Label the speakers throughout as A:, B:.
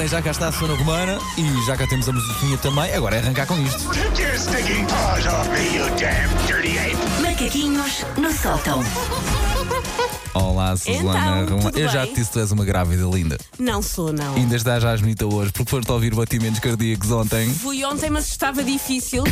A: Bem, já cá está a Susana Romana e já cá temos a musiquinha também. Agora é arrancar com isto.
B: Take your stinking paws off me, you damn dirty ape!
C: Macaquinhos no sótão.
A: Olá, Susana
D: Então,
A: Romana.
D: tudo
A: Eu já
D: bem?
A: te disse que tu és uma grávida linda.
D: Não sou, não.
A: Ainda estás já bonita hoje, porque foste ouvir batimentos cardíacos ontem.
D: Fui ontem, mas estava difícil.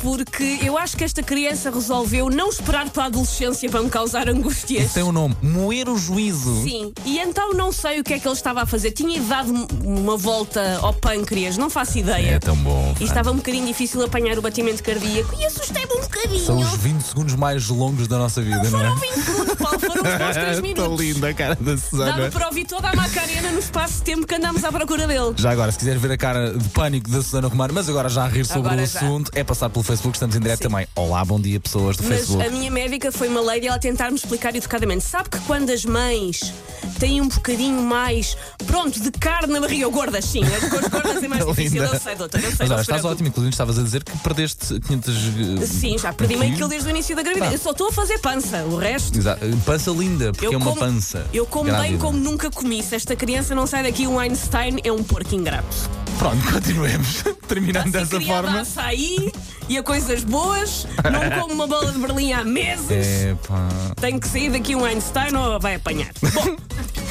D: Porque eu acho que esta criança resolveu não esperar para a adolescência para me causar angústias.
A: Isso tem um nome: moer o juízo.
D: Sim, e então não sei o que é que ele estava a fazer. Tinha dado m- uma volta ao pâncreas, não faço
A: É
D: ideia.
A: tão bom.
D: E estava um bocadinho difícil apanhar o batimento cardíaco e assustei-me um bocadinho. um
A: São os 20 segundos mais longos da nossa vida, não
D: Foram
A: é?
D: 20 minutos, Paulo, foram os bons 3
A: Tão
D: minutos.
A: linda né? a cara da
D: Dava
A: Susana.
D: para ouvir toda a Macarena no espaço de tempo que andámos à procura dele.
A: Já agora, se quiser ver a cara de pânico da Susana Romano, mas agora já a rir sobre
D: Agora
A: o
D: já.
A: assunto, é passar pelo Facebook, estamos em direto também. Olá, bom dia, pessoas do
D: Mas
A: Facebook.
D: a minha médica foi uma lady ela tentar-me explicar educadamente. Sabe que quando as mães têm um bocadinho mais, pronto, de carne na barriga, ou gordas, sim, as cores gordas é mais
A: Tão
D: difícil.
A: linda.
D: Eu sei, doutor, eu sei.
A: Mas olha,
D: não se
A: estás
D: preocupe.
A: ótimo, inclusive estavas a dizer que perdeste 500. eh,
D: Sim, já perdi meio quilo
A: quilos.
D: desde o início da gravidez.
A: Pá.
D: Eu só estou a fazer pança, o resto.
A: Exato. Pança linda, porque
D: Eu
A: é uma
D: como-
A: pança.
D: Eu como bem
A: grávida.
D: como nunca comi. Se esta criança não sai daqui, um Einstein é um porco ingrato.
A: Pronto, continuemos.
D: Assim
A: Terminando
D: Está-se
A: dessa
D: criada a
A: forma.
D: açaí e a coisas boas. Não como uma bola de berlim há meses.
A: Epá.
D: Tem que sair daqui um Einstein ou vai apanhar. Bom,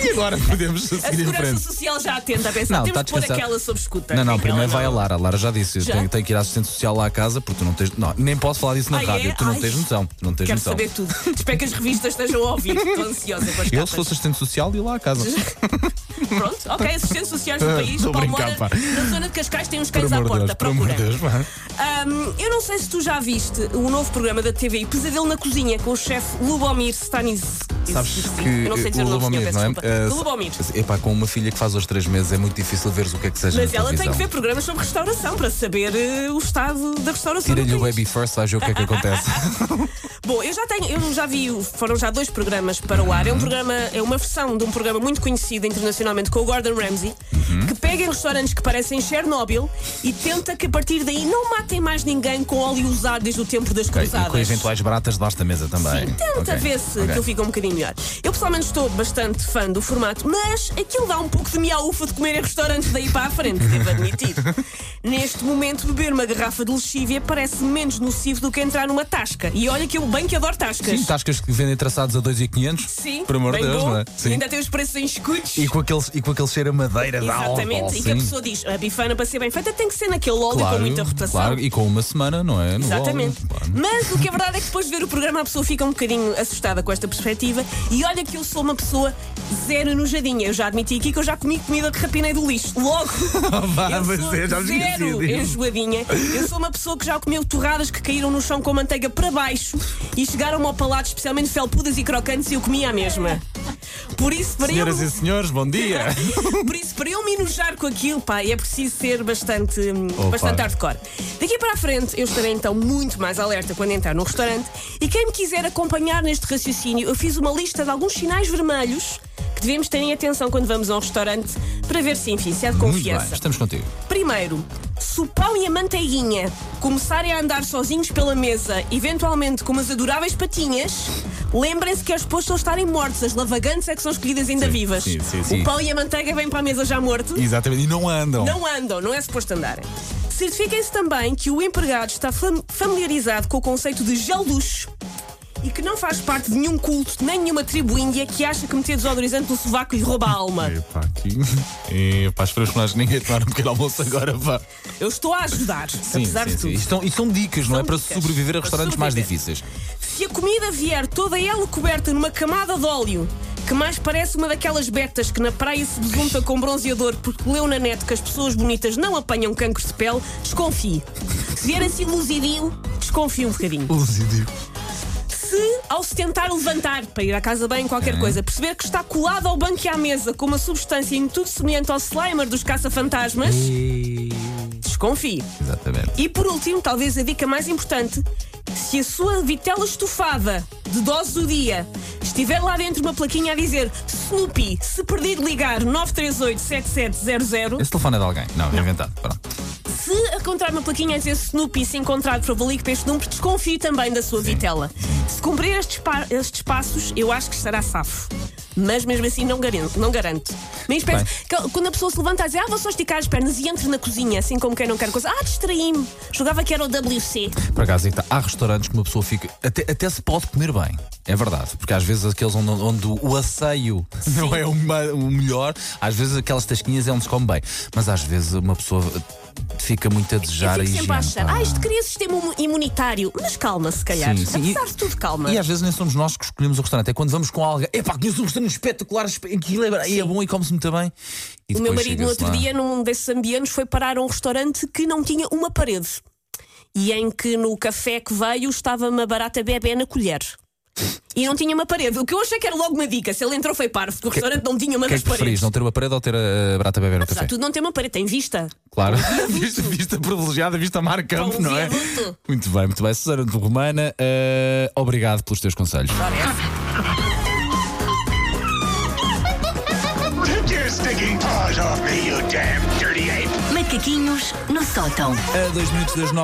A: E agora podemos
D: A
A: seguir em
D: segurança
A: frente.
D: social já atenta a pensar.
A: Não,
D: Temos
A: está
D: que pôr
A: descansado.
D: aquela sob escuta.
A: Não, não,
D: Aquela
A: primeiro vai a Lara. A Lara já disse: eu
D: Já?
A: tenho, tenho que ir à assistente social lá à casa porque tu não tens. Não, nem posso falar disso na
D: Ah, é?
A: rádio. Tu não
D: Ai.
A: tens noção. Tu não tens
D: Quero
A: noção.
D: saber tudo. Espero que as revistas estejam a ouvir. Estou ansiosa com
A: então.
D: as
A: Eu,
D: capas.
A: se fosse assistente social, ia lá à casa.
D: Pronto, ok, assistentes sociais do país.
A: Estou a brincar,
D: Palmora,
A: pá.
D: na zona de Cascais tem uns
A: Por
D: cães à
A: amor de Deus,
D: porta.
A: por amor de
D: Procura.
A: Deus. vá.
D: Ahm, eu não sei se tu já viste o novo programa da TV Pesadelo na Cozinha com o chefe Lubomir Stanis.
A: Sabes que
D: Eu não sei dizer o, nome
A: Lubomir,
D: senhor, peço
A: não é?
D: desculpa.
A: Eh,
D: Lubomir.
A: Epá, com uma filha que faz aos três meses é muito difícil veres o que é que seja
D: Mas
A: na
D: ela tem
A: televisão.
D: que ver programas sobre restauração para saber eh, o estado da restauração. do
A: Tira-lhe o
D: país.
A: baby first, vais ver o que é que acontece.
D: Bom, eu já tenho, eu já vi, o- foram já dois programas para o ar.
A: Uhum.
D: É um programa, é uma versão de um programa muito conhecido internacionalmente com o Gordon Ramsay,
A: Uhum.
D: que pega em restaurantes que parecem Chernobyl e tenta que a partir daí não matem mais ninguém com óleo usado desde o tempo das
A: Ok,
D: cruzadas.
A: E com eventuais baratas debaixo da mesa também.
D: Sim, tenta
A: é? Ok,
D: ver se
A: ok.
D: aquilo fica um bocadinho melhor. Eu pessoalmente estou bastante fã do formato, mas aquilo dá um pouco de miaufa de comer em restaurantes daí para a frente, devo admitir. Neste momento, beber uma garrafa de lexívia parece menos nocivo do que entrar numa tasca. E olha que eu bem que adoro tascas.
A: Sim, tascas que vendem traçados a 2,500.
D: Sim,
A: Por amor de
D: bem
A: Deus,
D: bom.
A: não é?
D: E ainda tem os preços em escudos.
A: E com aquele, e com aquele cheiro a madeira da álcool.
D: Exatamente, e que
A: sim.
D: a pessoa diz a bifana para ser bem feita tem que ser naquele óleo
A: claro,
D: com muita rotação.
A: Claro, e com uma semana, não é? No
D: Exatamente.
A: óleo, claro.
D: Mas o que é verdade é que depois de ver o programa a pessoa fica um bocadinho assustada com esta perspectiva. E olha que eu sou uma pessoa zero enojadinha. Eu já admiti aqui que eu já comi comida que rapinei do lixo. Logo,
A: Vá,
D: eu
A: mas
D: sou
A: é, já me esqueci
D: zero
A: disso.
D: enjoadinha. Eu sou uma pessoa que já comeu torradas que caíram no chão com manteiga para baixo e chegaram ao palato, especialmente felpudas e crocantes, e eu comia a mesma. Por isso, para
A: Senhoras
D: eu...
A: e senhores, bom dia.
D: Por isso, para eu me enojar com aquilo, pá, é preciso ser bastante, hum,
A: Opa.
D: bastante hardcore. Daqui para a frente, eu estarei então muito mais alerta quando entrar num restaurante. E quem me quiser acompanhar neste raciocínio, eu fiz uma lista de alguns sinais vermelhos que devemos ter em atenção quando vamos a um restaurante para ver se, enfim, se é de
A: Muito bem,
D: confiança.
A: estamos contigo.
D: Primeiro, se o pão e a manteiguinha começarem a andar sozinhos pela mesa, eventualmente com umas adoráveis patinhas, lembrem-se que as pessoas estão a estarem mortas, as lavagantes é que são escolhidas ainda
A: Sim,
D: vivas.
A: sim, sim, sim.
D: O pão e a manteiga vêm para a mesa já morto,
A: Exatamente, e não andam.
D: não andam, não é suposto andarem. Certifiquem-se também que o empregado está fam- familiarizado com o conceito de gel luxo. E que não faz parte de nenhum culto, nem nenhuma tribo índia que acha que meter desodorizante no sovaco lhe rouba a alma.
A: Epá, aqui. Epá, as personagens ninguém tomar um pequeno almoço agora, vá.
D: Eu estou a ajudar, apesar de tudo.
A: Isto, são- isto são dicas, não
D: São
A: é? Para
D: dicas.
A: sobreviver a
D: Para
A: restaurantes mais
D: sobreviver.
A: difíceis.
D: Se a comida vier toda ela coberta numa camada de óleo, que mais parece uma daquelas betas que na praia se besunta com bronzeador porque leu na net que as pessoas bonitas não apanham cancro de pele, desconfie. Se vier assim luzidio, desconfie um bocadinho.
A: Luzidio.
D: Se, ao se tentar levantar para ir à casa bem, qualquer coisa, perceber que está colado ao banco e à mesa com uma substância em tudo semelhante ao Slimer dos caça-fantasmas,
A: Uhum.
D: desconfie.
A: Exatamente.
D: E por último, talvez a dica mais importante: se a sua vitela estufada de dose do dia estiver lá dentro uma plaquinha a dizer Snoopy, se perdido ligar 9387700,
A: Esse telefone é de alguém. Não, é inventado. Pronto.
D: se encontrar uma plaquinha a dizer Snoopy, se encontrado favorico para este número, desconfie também da sua vitela. Se cumprir estes, pa- estes passos, eu acho que estará safo. mas mesmo assim não garanto. Não garanto. Mas espero
A: Bem.
D: que- quando a pessoa se levanta a dizer, ah, vou só esticar as pernas e entro na cozinha, assim como quem não quer coisa, ah, distraí-me. Jogava que era o WC.
A: Por acaso, aí está. há restaurantes que uma pessoa fica. Até, até se pode comer bem. É verdade. Porque às vezes aqueles onde, onde o asseio não é o, ma- o melhor, às vezes aquelas tasquinhas é onde se come bem. Mas às vezes uma pessoa fica muito a
D: Eu
A: desejar a
D: fico
A: higiene.
D: sempre a achar,
A: pá.
D: ah, isto cria sistema imu- imunitário. Mas calma, se calhar.
A: Sim, sim.
D: Apesar de tudo, calma.
A: E às vezes nem somos nós que escolhemos o restaurante. É quando vamos com alguém. Epá, conheço um restaurante espetacular, espe- aquilo é, e é bom e come-se muito bem. E
D: O
A: depois
D: meu marido, no
A: chega-se
D: outro
A: lá. é
D: dia, num desses ambientes, foi parar a um restaurante que não tinha uma parede. E em que no café que veio estava uma barata bebê na colher. E não tinha uma parede. O que eu achei que era logo uma dica. Se ele entrou, foi parvo, porque o restaurante não tinha uma
A: O que é
D: das
A: que preferis?
D: paredes.
A: Não ter uma parede ou ter a a barata a beber no
D: Apesar
A: café?
D: de tudo, não tem uma parede, tem vista.
A: Claro. vista, vista privilegiada, vista mar campo,
D: Para um
A: não é?
D: viaduto.
A: Muito bem, muito bem. Susana de Romana, eh, obrigado pelos teus conselhos.
B: Take your stinking paws off me, you damn dirty ape!
C: Macaquinhos no sótão.
A: A dois minutos das nove.